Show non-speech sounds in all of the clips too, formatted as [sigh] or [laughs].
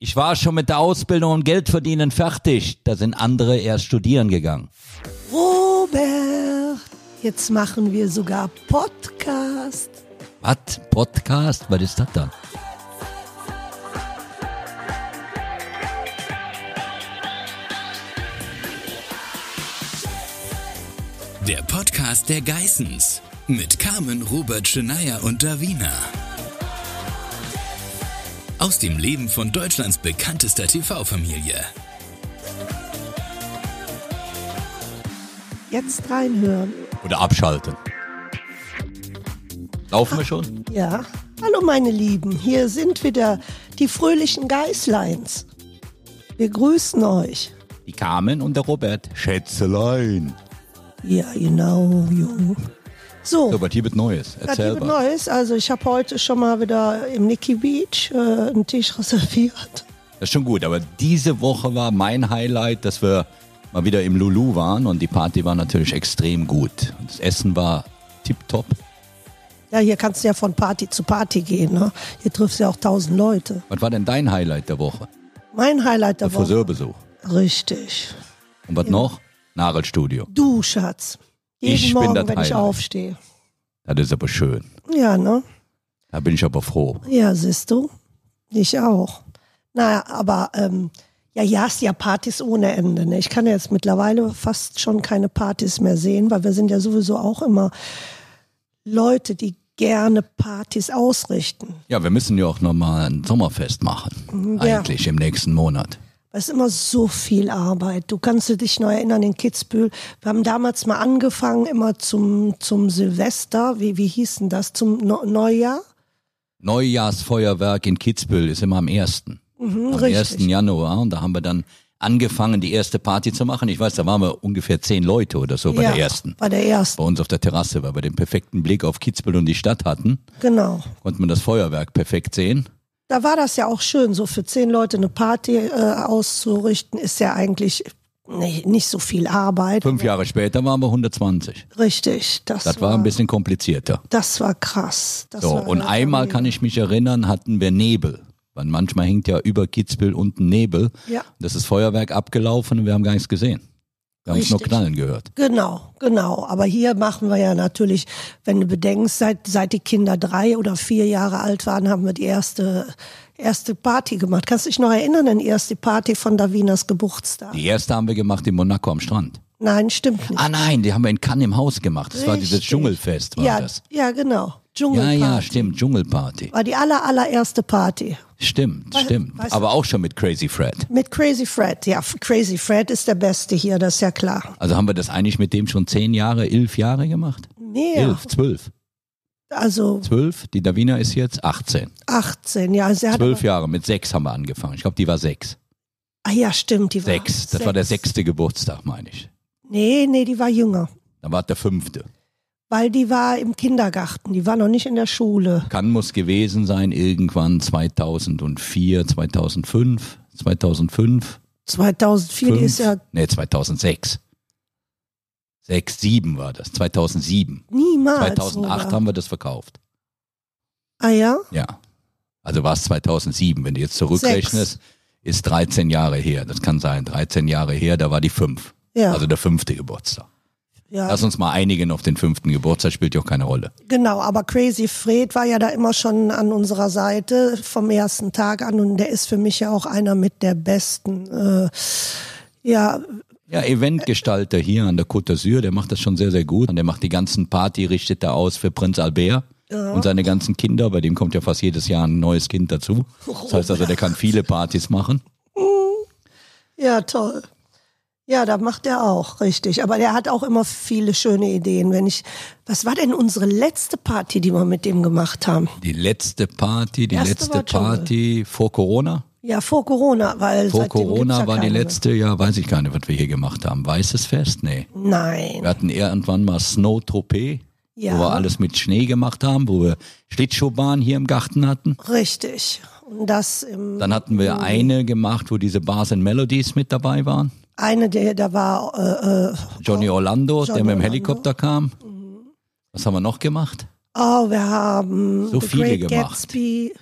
Ich war schon mit der Ausbildung und Geld verdienen fertig. Da sind andere erst studieren gegangen. Robert, jetzt machen wir sogar Podcast. Was? Podcast? Was ist das da? Der Podcast der Geissens mit Carmen, Robert, Scheneier und Davina. Aus dem Leben von Deutschlands bekanntester TV-Familie. Jetzt reinhören. Oder abschalten. Laufen wir schon? Ja. Hallo meine Lieben, hier sind wieder die fröhlichen Geißleins. Wir grüßen euch. Die Carmen und der Robert. Schätzelein. Ja, genau, Jung. So, So, was hier wird Neues. was Erzähl gibt mal. Neues? Also ich habe heute schon mal wieder im Nikki Beach äh, einen Tisch reserviert. Das ist schon gut, aber diese Woche war mein Highlight, dass wir mal wieder im Lulu waren und die Party war natürlich extrem gut. Und Das Essen war tipptopp. Ja, hier kannst du ja von Party zu Party gehen. Ne? Hier triffst du ja auch tausend Leute. Was war denn dein Highlight der Woche? Mein Highlight der Der Woche. Friseurbesuch. Richtig. Und was noch? Nagelstudio. Du, Schatz. Jeden Ich bin Morgen, das wenn ich Highlight. aufstehe. Das ist aber schön. Ja, ne? Da bin ich aber froh. Ja, siehst du. Ich auch. Naja, aber ähm, ja, ja, ist ja Partys ohne Ende. Ne? Ich kann ja jetzt mittlerweile fast schon keine Partys mehr sehen, weil wir sind ja sowieso auch immer Leute, die gerne Partys ausrichten. Ja, wir müssen ja auch nochmal ein Sommerfest machen. Mhm, ja. Eigentlich im nächsten Monat. Es ist immer so viel Arbeit. Du kannst dich noch erinnern in Kitzbühel. Wir haben damals mal angefangen, immer zum, zum Silvester, wie, wie hieß denn das, zum no Neujahr? Neujahrsfeuerwerk in Kitzbühel ist immer am 1. am Mhm, richtig. 1. Januar. Und da haben wir dann angefangen, die erste Party zu machen. Ich weiß, da waren wir ungefähr zehn Leute oder so bei ja, der ersten. Bei der Bei ersten, uns auf der Terrasse, weil wir den perfekten Blick auf Kitzbühel und die Stadt hatten, genau. konnte man das Feuerwerk perfekt sehen. Da war das ja auch schön, so für zehn Leute eine Party äh, auszurichten, ist ja eigentlich nicht, nicht so viel Arbeit. Fünf Jahre später waren wir 120. Richtig, das, Das war ein bisschen komplizierter. das war krass. Das So, war und eine einmal Familie. kann ich mich erinnern, hatten wir Nebel. Weil manchmal hängt ja über Kitzbühel unten Nebel. Ja. Das ist Feuerwerk abgelaufen und wir haben gar nichts gesehen. Wir haben es nur Richtig. knallen gehört. Genau, genau. Aber hier machen wir ja natürlich, wenn du bedenkst, seit, seit die Kinder drei oder vier Jahre alt waren, haben wir die erste, erste Party gemacht. Kannst du dich noch erinnern an die erste Party von Davinas Geburtstag? Die erste haben wir gemacht in Monaco am Strand. Nein, stimmt nicht. Ah nein, die haben wir in Cannes im Haus gemacht. Das war dieses Richtig. Dschungelfest, war ja, das. ja, genau. Ja, Dschungelparty. ja, stimmt, Dschungelparty. War die aller, allererste Party. Stimmt, stimmt. weißt du- Aber auch schon mit Crazy Fred. Mit Crazy Fred. Ja, F- Crazy Fred ist der Beste hier, das ist ja klar. Also haben wir das eigentlich mit dem schon zehn Jahre, elf Jahre gemacht? Mehr. Elf, zwölf. Also Zwölf, die Davina ist jetzt 18. 18, ja. Sie hat Zwölf Jahre, mit sechs haben wir angefangen. Ich glaube, die war sechs. Ah ja, stimmt, die war. Sechs, das war der sechste Geburtstag, meine ich. Nee, nee, die war jünger. Dann war es der fünfte. Weil die war im Kindergarten, die war noch nicht in der Schule. Kann muss gewesen sein, irgendwann 2004, 2005, 2005, 2004, die fünf, ist ja nee, 2006. Sechs, sieben war das, 2007. niemals. 2008 sogar. haben wir das verkauft. Ah ja? Ja. Also war es 2007. Wenn du jetzt zurückrechnest, ist 13 Jahre her. Das kann sein. 13 Jahre her, da war die fünf. Ja. Also der fünfte Geburtstag. ja. Lass uns mal einigen auf den fünften Geburtstag, spielt ja auch keine Rolle. Genau, aber Crazy Fred war ja da immer schon an unserer Seite vom ersten Tag an und der ist für mich ja auch einer mit der besten. Äh, ja, Ja, Eventgestalter hier an der Côte d'Azur, der macht das schon sehr, sehr gut. Und der macht die ganzen Party, richtet er aus für Prinz Albert und seine ganzen Kinder. Bei dem kommt ja fast jedes Jahr ein neues Kind dazu. Das heißt also, der kann viele Partys machen. Ja, toll. Ja, da macht er auch, richtig. Aber der hat auch immer viele schöne Ideen. Wenn ich, was war denn unsere letzte Party, die wir mit dem gemacht haben? Die letzte Party, die Erste letzte war Dschungel. Party vor Corona. Ja, vor Corona, weil Vor seitdem gibt's Corona ja war die keine. letzte, ja, weiß ich gar nicht, was wir hier gemacht haben. Weißes Fest? Nee. Wir Nein. hatten irgendwann mal Snow Tropez, Ja. wo wir alles mit Schnee gemacht haben, wo wir Schlittschuhbahn hier im Garten hatten. Richtig. Und das im, Dann hatten Mhm. wir eine gemacht, wo diese Bars and Melodies mit dabei waren. eine, der da war, äh, äh, Johnny Orlando, Johnny der mit dem Orlando. Mhm. Helikopter kam. Was haben wir noch gemacht? oh, wir haben So The viele Great gemacht. Gatsby,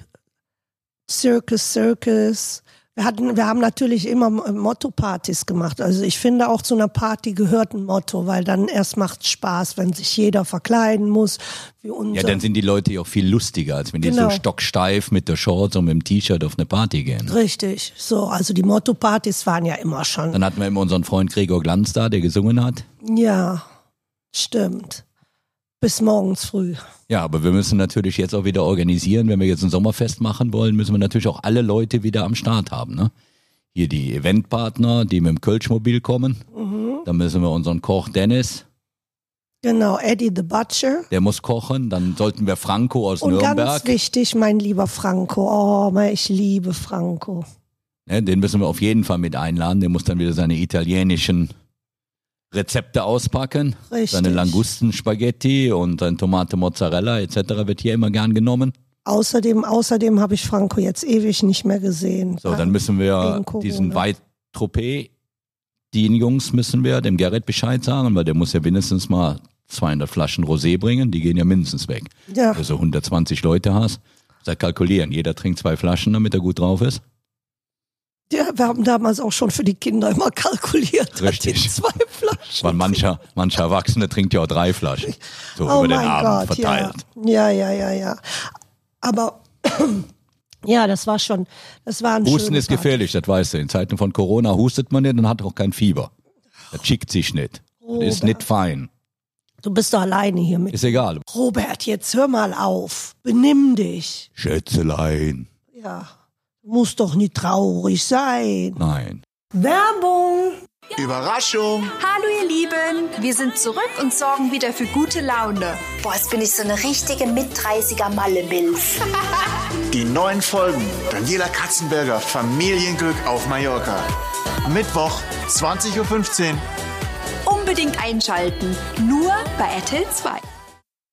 Circus Circus. Wir hatten, wir haben natürlich immer äh, Motto-Partys gemacht. Also ich finde auch zu einer Party gehört ein Motto, weil dann erst macht Spaß, wenn sich jeder verkleiden muss. Wie Ja, unser. dann sind die Leute ja auch viel lustiger, als wenn Genau. die so stocksteif mit der Shorts und mit dem T-Shirt auf eine Party gehen. Richtig. So, also die Motto-Partys waren ja immer schon. Dann hatten wir immer unseren Freund Gregor Glanz da, der gesungen hat. Ja, stimmt. Bis morgens früh. Ja, aber wir müssen natürlich jetzt auch wieder organisieren. Wenn wir jetzt ein Sommerfest machen wollen, müssen wir natürlich auch alle Leute wieder am Start haben. Ne? Hier die Eventpartner, die mit dem Kölschmobil kommen. Mhm. Dann müssen wir unseren Koch Dennis, Genau, Eddie the Butcher. der muss kochen. Dann sollten wir Franco aus Und Nürnberg, ganz wichtig, mein lieber Franco. Oh, mein, ich liebe Franco. ne, den müssen wir auf jeden Fall mit einladen. Der muss dann wieder seine italienischen Rezepte auspacken. Richtig. Seine Langustenspaghetti und sein Tomate Mozzarella etc. wird hier immer gern genommen. Außerdem, außerdem habe ich Franco jetzt ewig nicht mehr gesehen. So, dann müssen wir Wegen Corona. diesen Weitropé, den Jungs müssen wir dem Gerrit Bescheid sagen, weil der muss ja mindestens mal 200 Flaschen Rosé bringen, die gehen ja mindestens weg. Ja. Also 120 Leute hast, da kalkulieren, jeder trinkt zwei Flaschen, damit er gut drauf ist. Ja, wir haben damals auch schon für die Kinder immer kalkuliert. [laughs] dass Richtig. Die zwei Flaschen. Weil mancher, mancher Erwachsene trinkt ja auch drei Flaschen, so oh über den mein Abend Gott, verteilt. Ja. ja, ja, ja, ja. Aber [clears throat] ja, das war schon, das war ein Husten schöne ist Party. gefährlich, das weißt du. In Zeiten von Corona hustet man nicht und hat auch kein Fieber. Das schickt sich nicht. Das ist nicht fein. Du bist doch alleine hier mit. Ist egal. Robert, jetzt hör mal auf. Benimm dich. Schätzelein. Ja. Muss doch nicht traurig sein. Nein. Werbung! Überraschung! Hallo ihr Lieben, wir sind zurück und sorgen wieder für gute Laune. Boah, jetzt bin ich so eine richtige Mit-30er-Malle-Milf. Die neuen Folgen Daniela Katzenberger Familienglück auf Mallorca. Mittwoch, 20.15 Uhr. [laughs] Unbedingt einschalten, nur bei RTL 2.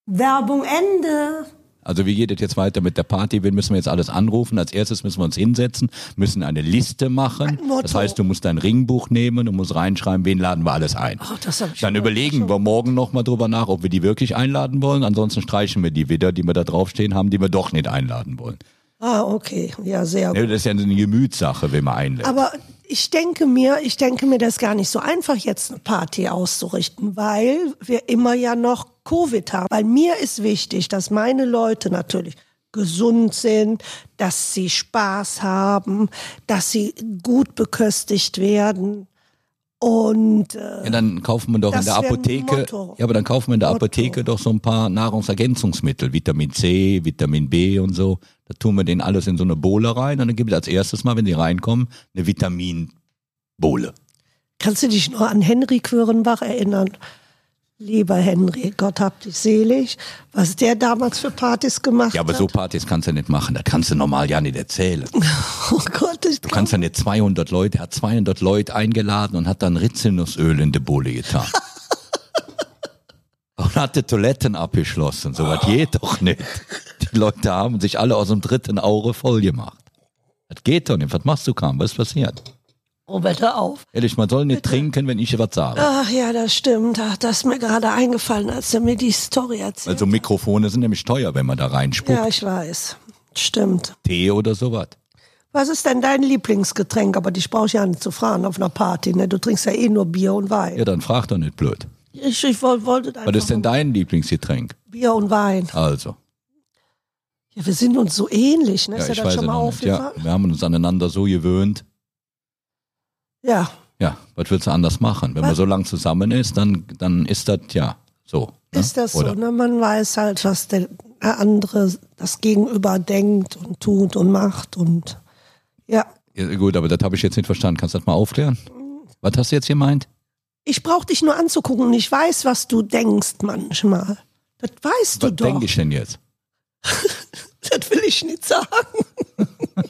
Werbung Ende! Also wie geht es jetzt weiter mit der Party? Wen müssen wir jetzt alles anrufen? Als erstes müssen wir uns hinsetzen, müssen eine Liste machen. Motto. Das heißt, du musst dein Ringbuch nehmen und musst reinschreiben, wen laden wir alles ein. Oh, das hab ich Dann schon- überlegen wir morgen nochmal drüber nach, ob wir die wirklich einladen wollen. Ansonsten streichen wir die wieder, die wir da draufstehen haben, die wir doch nicht einladen wollen. Ah, okay. Ja, sehr gut. Ne, Das ist ja eine Gemütssache, wen wir einlädt. Aber ich denke mir, ich denke mir, das ist gar nicht so einfach, jetzt eine Party auszurichten, weil wir immer ja noch Covid haben. Weil mir ist wichtig, dass meine Leute natürlich gesund sind, dass sie Spaß haben, dass sie gut beköstigt werden. Und äh, Ja, dann kaufen wir doch Das in der wär ein Apotheke. Motto. Ja, aber dann kaufen wir in der Motto. Apotheke doch so ein paar Nahrungsergänzungsmittel, Vitamin C, Vitamin B und so. Da tun wir den alles in so eine Bohle rein und dann gibt es als erstes mal, wenn die reinkommen, eine Vitaminbohle. kannst du dich noch an Henry Quörenbach erinnern? Lieber Henry, Gott hab dich selig, was der damals für Partys gemacht Ja, aber hat. [laughs] so Partys kannst du nicht machen. Das kannst du normal ja nicht erzählen. Du Oh Gott, ich kannst ja nicht 200 Leute, er hat 200 Leute eingeladen und hat dann Rizinusöl in die Bohle getan. [laughs] Und hat die Toiletten abgeschlossen. So was geht doch nicht. Die Leute haben sich alle aus dem dritten Auge voll gemacht. Das geht doch nicht. Was machst du kaum? Was ist passiert? Robert, Oh, hör auf. Ehrlich, man soll nicht trinken, wenn ich was sage. Ach ja, das stimmt. Ach, Das ist mir gerade eingefallen, als er mir die Story erzählt. Also Mikrofone sind nämlich teuer, wenn man da reinspuckt. ja, ich weiß. Stimmt. Tee oder sowas. Was ist denn dein Lieblingsgetränk? Aber dich brauche ich ja nicht zu fragen auf einer Party. Ne? Du trinkst ja eh nur Bier und Wein. Ja, dann frag doch nicht blöd. Ich, ich woll- wollte einfach Was ist denn nur dein Lieblingsgetränk? Bier und Wein. Also. Ja, wir sind uns so ähnlich. Ne? Ja, ist ich dir das weiß ja schon mal noch nicht. Ja, aufgefallen? wir haben uns aneinander so gewöhnt. Ja. Ja, was willst du anders machen? Wenn man so lang zusammen ist, dann, dann ist das ja so. Ne? ist das oder? so. Ne? Man weiß halt, was der andere, das Gegenüber denkt und tut und macht. Und ja, Ja, gut, aber das habe ich jetzt nicht verstanden. Kannst du das mal aufklären? Was hast du jetzt gemeint? ich brauche dich nur anzugucken und ich weiß, was du denkst manchmal. Das weißt du Was doch. denke ich denn jetzt? Das will ich nicht sagen. [laughs]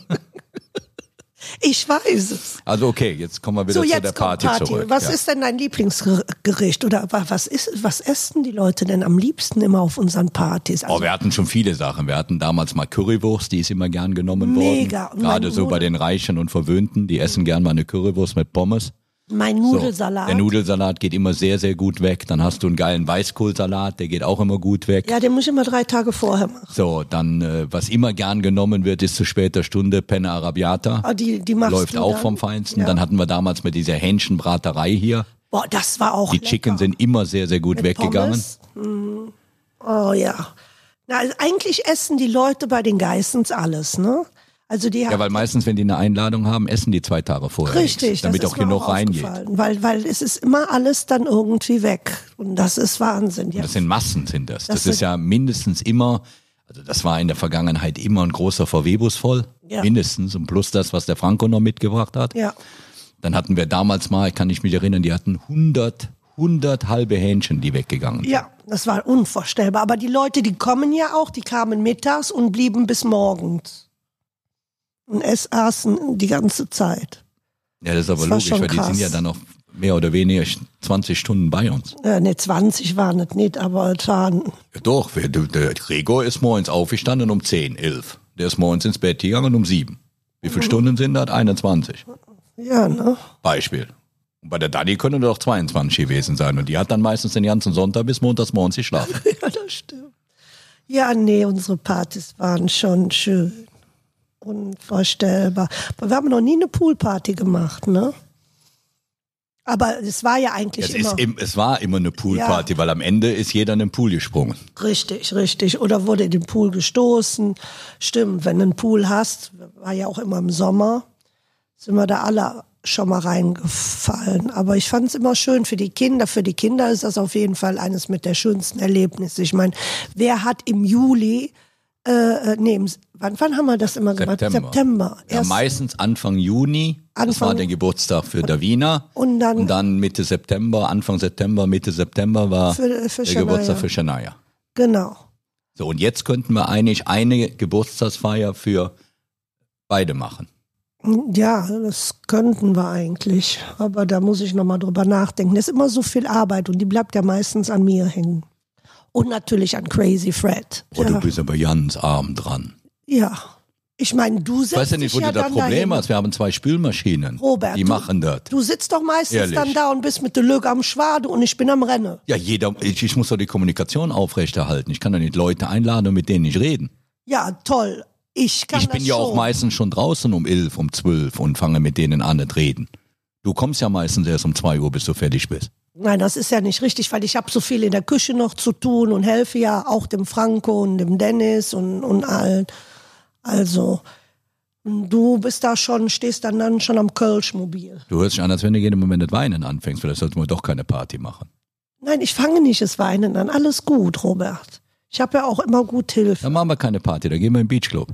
ich weiß es. Also okay, jetzt kommen wir wieder So, zu jetzt der kommt Party, zurück. Was ja. ist denn dein Lieblingsgericht? Oder wa- was, ist, was essen die Leute denn am liebsten immer auf unseren Partys? Also Oh, wir hatten schon viele Sachen. Wir hatten damals mal Currywurst, die ist immer gern genommen Mega. worden. Und mein Gerade so Bruder- bei den Reichen und Verwöhnten, die essen gern mal eine Currywurst mit Pommes. Mein Nudelsalat. Der Nudelsalat geht immer sehr, sehr gut weg. Dann hast du einen geilen Weißkohlsalat, der geht auch immer gut weg. ja, den muss ich immer drei Tage vorher machen. So, dann, äh, was immer gern genommen wird, ist zu später Stunde Penne Arabiata. Ah, die- die machst Läuft du auch dann? vom Feinsten. Ja. Dann hatten wir damals mit dieser Hähnchenbraterei hier. Boah, das war auch Die lecker. Chicken sind immer sehr, sehr gut Mit weggegangen. Pommes. Mhm. Oh ja. Na, also eigentlich essen die Leute bei den Geissens alles, ne? Also die Ja, weil meistens, wenn die eine Einladung haben, essen die zwei Tage vorher. nichts, Richtig, damit das auch ist mir genug reingeht. aufgefallen, Weil, weil es ist immer alles dann irgendwie weg. Und das ist Wahnsinn. Ja. Das sind Massen, sind das. Das, Das ist sind- ja mindestens immer, also das war in der Vergangenheit immer ein großer VW-Bus voll. Ja. Mindestens. Und plus das, was der Franco noch mitgebracht hat. ja. Dann hatten wir damals mal, kann ich mich erinnern, die hatten 100, 100 halbe Hähnchen, die weggegangen sind. ja, das war unvorstellbar. Aber die Leute, die kommen ja auch, die kamen mittags und blieben bis morgens. Und es aßen die ganze Zeit. Ja, das ist aber Das war logisch, schon weil die sind krass. ja dann noch mehr oder weniger 20 Stunden bei uns. Äh, ne, 20 waren es nicht, aber es waren Ja, doch, wir- der- der Gregor ist morgens aufgestanden um 10, 11. Der ist morgens ins Bett gegangen um 7. Wie viele Stunden sind das? 21. Ja, ne? Beispiel. Und bei der Dani können doch 22 gewesen sein. Und die hat dann meistens den ganzen Sonntag bis montags morgens geschlafen. Ja, das stimmt. Ja, nee, unsere Partys waren schon schön. Unvorstellbar. Aber wir haben noch nie eine Poolparty gemacht, ne? Aber es war [laughs] ja eigentlich Es, immer ist, im- es war immer eine Poolparty, weil am Ende ist jeder in den Pool gesprungen. richtig, richtig. Oder wurde in den Pool gestoßen. Stimmt, wenn du einen Pool hast, war ja auch immer im Sommer, sind wir da alle schon mal reingefallen. Aber ich fand es immer schön für die Kinder. Für die Kinder ist das auf jeden Fall eines mit der schönsten Erlebnisse. Ich meine, wer hat im Juli äh, nee, im, wann, wann haben wir das immer gemacht? September. September. Ja, Erst- meistens Anfang Juni. das Anfang- war der Geburtstag für Davina. Und dann- und dann Mitte September, Anfang September, Mitte September war Für- für der Shania. Geburtstag für Shania. genau. So, und jetzt könnten wir eigentlich eine Geburtstagsfeier für beide machen. Ja, das könnten wir eigentlich. Aber da muss ich nochmal drüber nachdenken. Das ist immer so viel Arbeit und die bleibt ja meistens an mir hängen. Und natürlich an Crazy Fred. Boah, ja. Oh, du bist aber ganz arm dran. ja. Ich meine, du Ich setzt weiß ja nicht, dich wo ja du da dann Problem dahin. hast. Wir haben zwei Spülmaschinen. Robert, die du- machen das. Du sitzt doch meistens Ehrlich. dann da und bist mit der Löge am Schwade und ich bin am Rennen. Ja, jeder, ich, ich muss doch die Kommunikation aufrechterhalten. Ich kann doch nicht Leute einladen und mit denen nicht reden. Ja, toll. Ich kann ich bin das ja schon. auch meistens schon draußen um elf, um zwölf und fange mit denen an zu reden. Du kommst ja meistens erst um zwei Uhr, bis du fertig bist. Nein, das ist ja nicht richtig, weil ich habe so viel in der Küche noch zu tun und helfe ja auch dem Franco und dem Dennis und, und allen. Also, du bist da schon, stehst dann, dann schon am Kölschmobil. Du hörst dich an, als wenn du jeden Moment mit Weinen anfängst. Vielleicht sollten wir doch keine Party machen. Nein, ich fange nicht das Weinen an. Alles gut, Robert. Ich habe ja auch immer gut Hilfe. Dann machen wir keine Party, dann gehen wir in den Beachclub.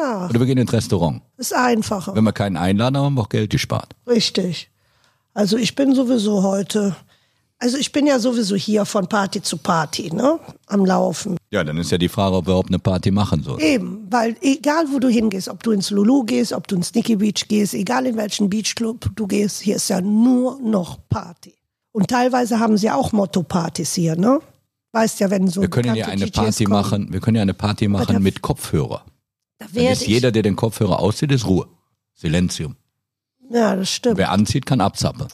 Ja, Oder wir gehen ins Restaurant. ist einfacher. Wenn wir keinen einladen, haben wir auch Geld gespart. Richtig. Also ich bin sowieso heute, also ich bin ja sowieso hier von Party zu Party, ne? Am Laufen. Ja, dann ist ja die Frage, ob wir überhaupt eine Party machen sollen. Eben, weil egal wo du hingehst, ob du ins Lulu gehst, ob du ins Nikki Beach gehst, egal in welchen Beachclub du gehst, hier ist ja nur noch Party. Und teilweise haben sie auch Motto-Partys hier, ne? Weißt ja, wenn so Wir können ja bekannte eine DJs Party kommen, machen, wir können ja eine Party machen da- mit Kopfhörer. Da Dann werde ist jeder, der den Kopfhörer auszieht, ist Ruhe. Silenzium. ich, ja, das stimmt. Wer anzieht, kann abzappeln.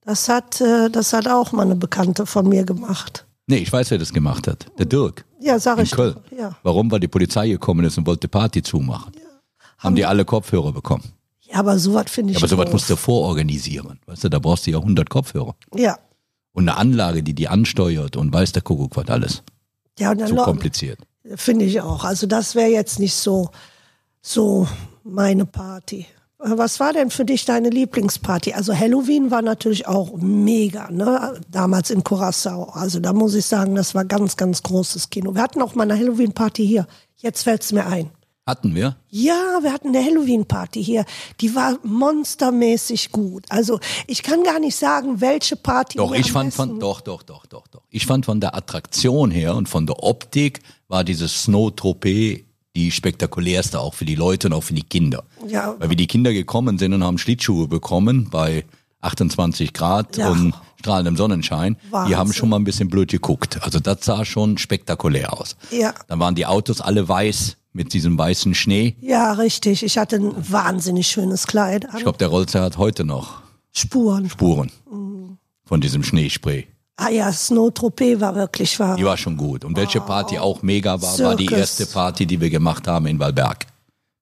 Das hat, äh, das hat auch mal eine Bekannte von mir gemacht. Nee, ich weiß, wer das gemacht hat. Der Dirk Hm. Ja, sag in ich. Köln. doch, Ja. Warum? Weil die Polizei gekommen ist und wollte die Party zumachen. Haben die alle Kopfhörer bekommen. ja, aber sowas finde ich. Aber sowas doof. musst du vororganisieren. Weißt du, da brauchst du ja 100 Kopfhörer. Ja. Und eine Anlage, die die ansteuert und weiß der Kuckuck was alles. Ja, und dann Zu lo- kompliziert. Finde ich auch. Also das wäre jetzt nicht so, so meine Party. Äh, Was war denn für dich deine Lieblingsparty? Also Halloween war natürlich auch mega, ne? Damals in Curaçao. Also da muss ich sagen, das war ganz, ganz großes Kino. Wir hatten auch mal eine Halloween-Party hier. Jetzt fällt es mir ein. Hatten wir? Ja, wir hatten eine Halloween-Party hier. Die war monstermäßig gut. Also ich kann gar nicht sagen, welche Party. Doch, mir ich am fand von, besten- doch, doch, doch, doch, doch. Ich fand von der Attraktion her und von der Optik war dieses Snow-Tropez die spektakulärste auch für die Leute und auch für die Kinder. Ja. Weil wie die Kinder gekommen sind und haben Schlittschuhe bekommen bei 28 Grad Ja. und strahlendem Sonnenschein, die Wahnsinn. haben schon mal ein bisschen blöd geguckt. Also das sah schon spektakulär aus. Ja. Dann waren die Autos alle weiß mit diesem weißen Schnee. Ja, richtig. Ich hatte ein wahnsinnig schönes Kleid an. Ich glaube, der Rolzer hat heute noch Spuren. Spuren Mhm. von diesem Schneespray. Ah ja, Snow Tropez war wirklich wahr. Die war schon gut. Und welche Party auch mega war, war die Circus. erste Party, die wir gemacht haben in Walberg.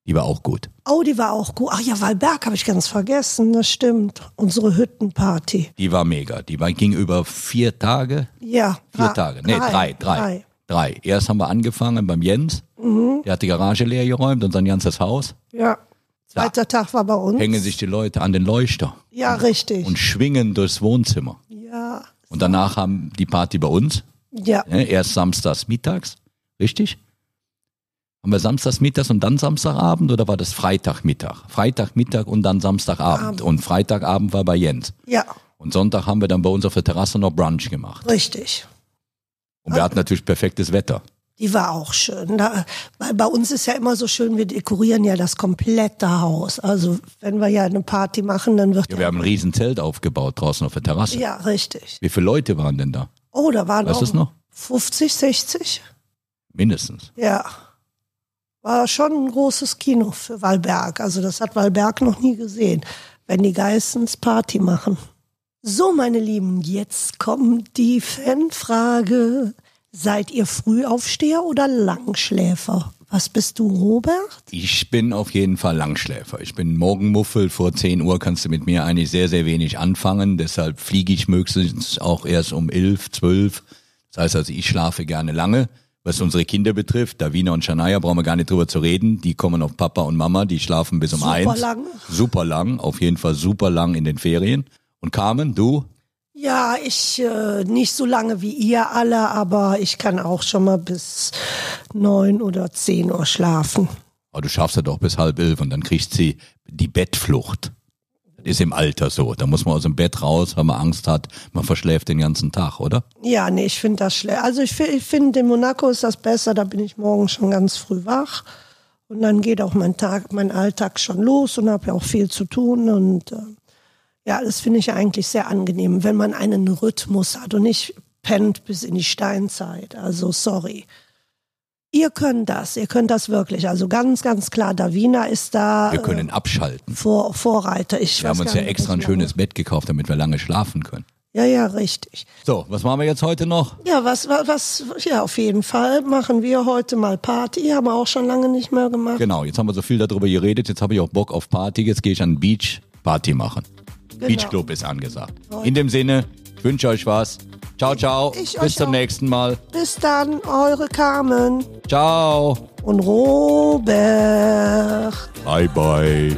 Die war auch gut. Oh, die war auch gut. Ach ja, Walberg habe ich ganz vergessen, das stimmt. Unsere Hüttenparty. Die war mega. Die war, ging über vier Tage. Ja. Vier drei- Tage. Nee, Ah, drei, drei. Drei. Mhm. Erst haben wir angefangen beim Jens. Der hat die Garage leer geräumt und sein ganzes Haus. Ja. Zweiter Tag war bei uns. Hängen sich die Leute an den Leuchter ja, richtig. und schwingen durchs Wohnzimmer. ja. Und danach haben die Party bei uns. Ja. Ne, erst samstags mittags, richtig? Haben wir samstags mittags und dann Samstagabend oder war das Freitagmittag? Freitagmittag und dann Samstagabend. Und Freitagabend war bei Jens. Ja, Und Sonntag haben wir dann bei uns auf der Terrasse noch Brunch gemacht. richtig. Und wir hatten natürlich perfektes Wetter. Die war auch schön. Da, weil bei uns ist ja immer so schön, wir dekorieren ja das komplette Haus. Also wenn wir ja eine Party machen, dann wird Ja, wir haben ein riesen Zelt aufgebaut draußen auf der Terrasse. ja richtig. Wie viele Leute waren denn da? Oh, da waren Weißt auch du es noch? 50, 60. Mindestens. Ja. War schon ein großes Kino für Walberg. Also das hat Walberg noch nie gesehen, wenn die Geissens Party machen. So, meine Lieben, jetzt kommt die Fanfrage. Seid ihr Frühaufsteher oder Langschläfer? Was bist du, Robert? Ich bin auf jeden Fall Langschläfer. Ich bin Morgenmuffel. Vor 10 Uhr kannst du mit mir eigentlich sehr, sehr wenig anfangen. Deshalb fliege ich höchstens auch erst um 11, 12. Das heißt also, ich schlafe gerne lange. Was unsere Kinder betrifft, Davina und Shania brauchen wir gar nicht drüber zu reden. Die kommen auf Papa und Mama, die schlafen bis um Super eins. lang. Super lang, auf jeden Fall super lang in den Ferien. Und Carmen, du? Ja, ich äh, nicht so lange wie ihr alle, aber ich kann auch schon mal bis neun oder zehn Uhr schlafen. Aber du schaffst ja doch bis halb elf und dann kriegt sie die Bettflucht. Das ist im Alter so. Da muss man aus dem Bett raus, weil man Angst hat, man verschläft den ganzen Tag, oder? Ja, nee, ich finde das schlecht. Also ich, fi- ich finde, in Monaco ist das besser, da bin ich morgen schon ganz früh wach. Und dann geht auch mein Tag, mein Alltag schon los und habe ja auch viel zu tun. Und äh, ja, das finde ich eigentlich sehr angenehm, wenn man einen Rhythmus hat und nicht pennt bis in die Steinzeit. Also sorry. Ihr könnt das, ihr könnt das wirklich. Also ganz, ganz klar, Davina ist da Wir äh, können abschalten. Vor, Vorreiter. Ich Wir weiß haben uns gar ja nicht, extra ein was ich mache. schönes Bett gekauft, damit wir lange schlafen können. Ja, ja, richtig. So, was machen wir jetzt heute [laughs] noch? Ja, was, wa- was, ja, auf jeden Fall machen wir heute mal Party. Haben wir auch schon lange nicht mehr gemacht. Genau, jetzt haben wir so viel darüber geredet, jetzt habe ich auch Bock auf Party, jetzt gehe ich an den Beach Party machen. Genau. Beachclub ist angesagt. In dem Sinne, ich wünsche euch was. Ciao, ciao. Ich euch Bis zum auch. nächsten Mal. Bis dann, eure Carmen Ciao. und Robert. Bye, bye.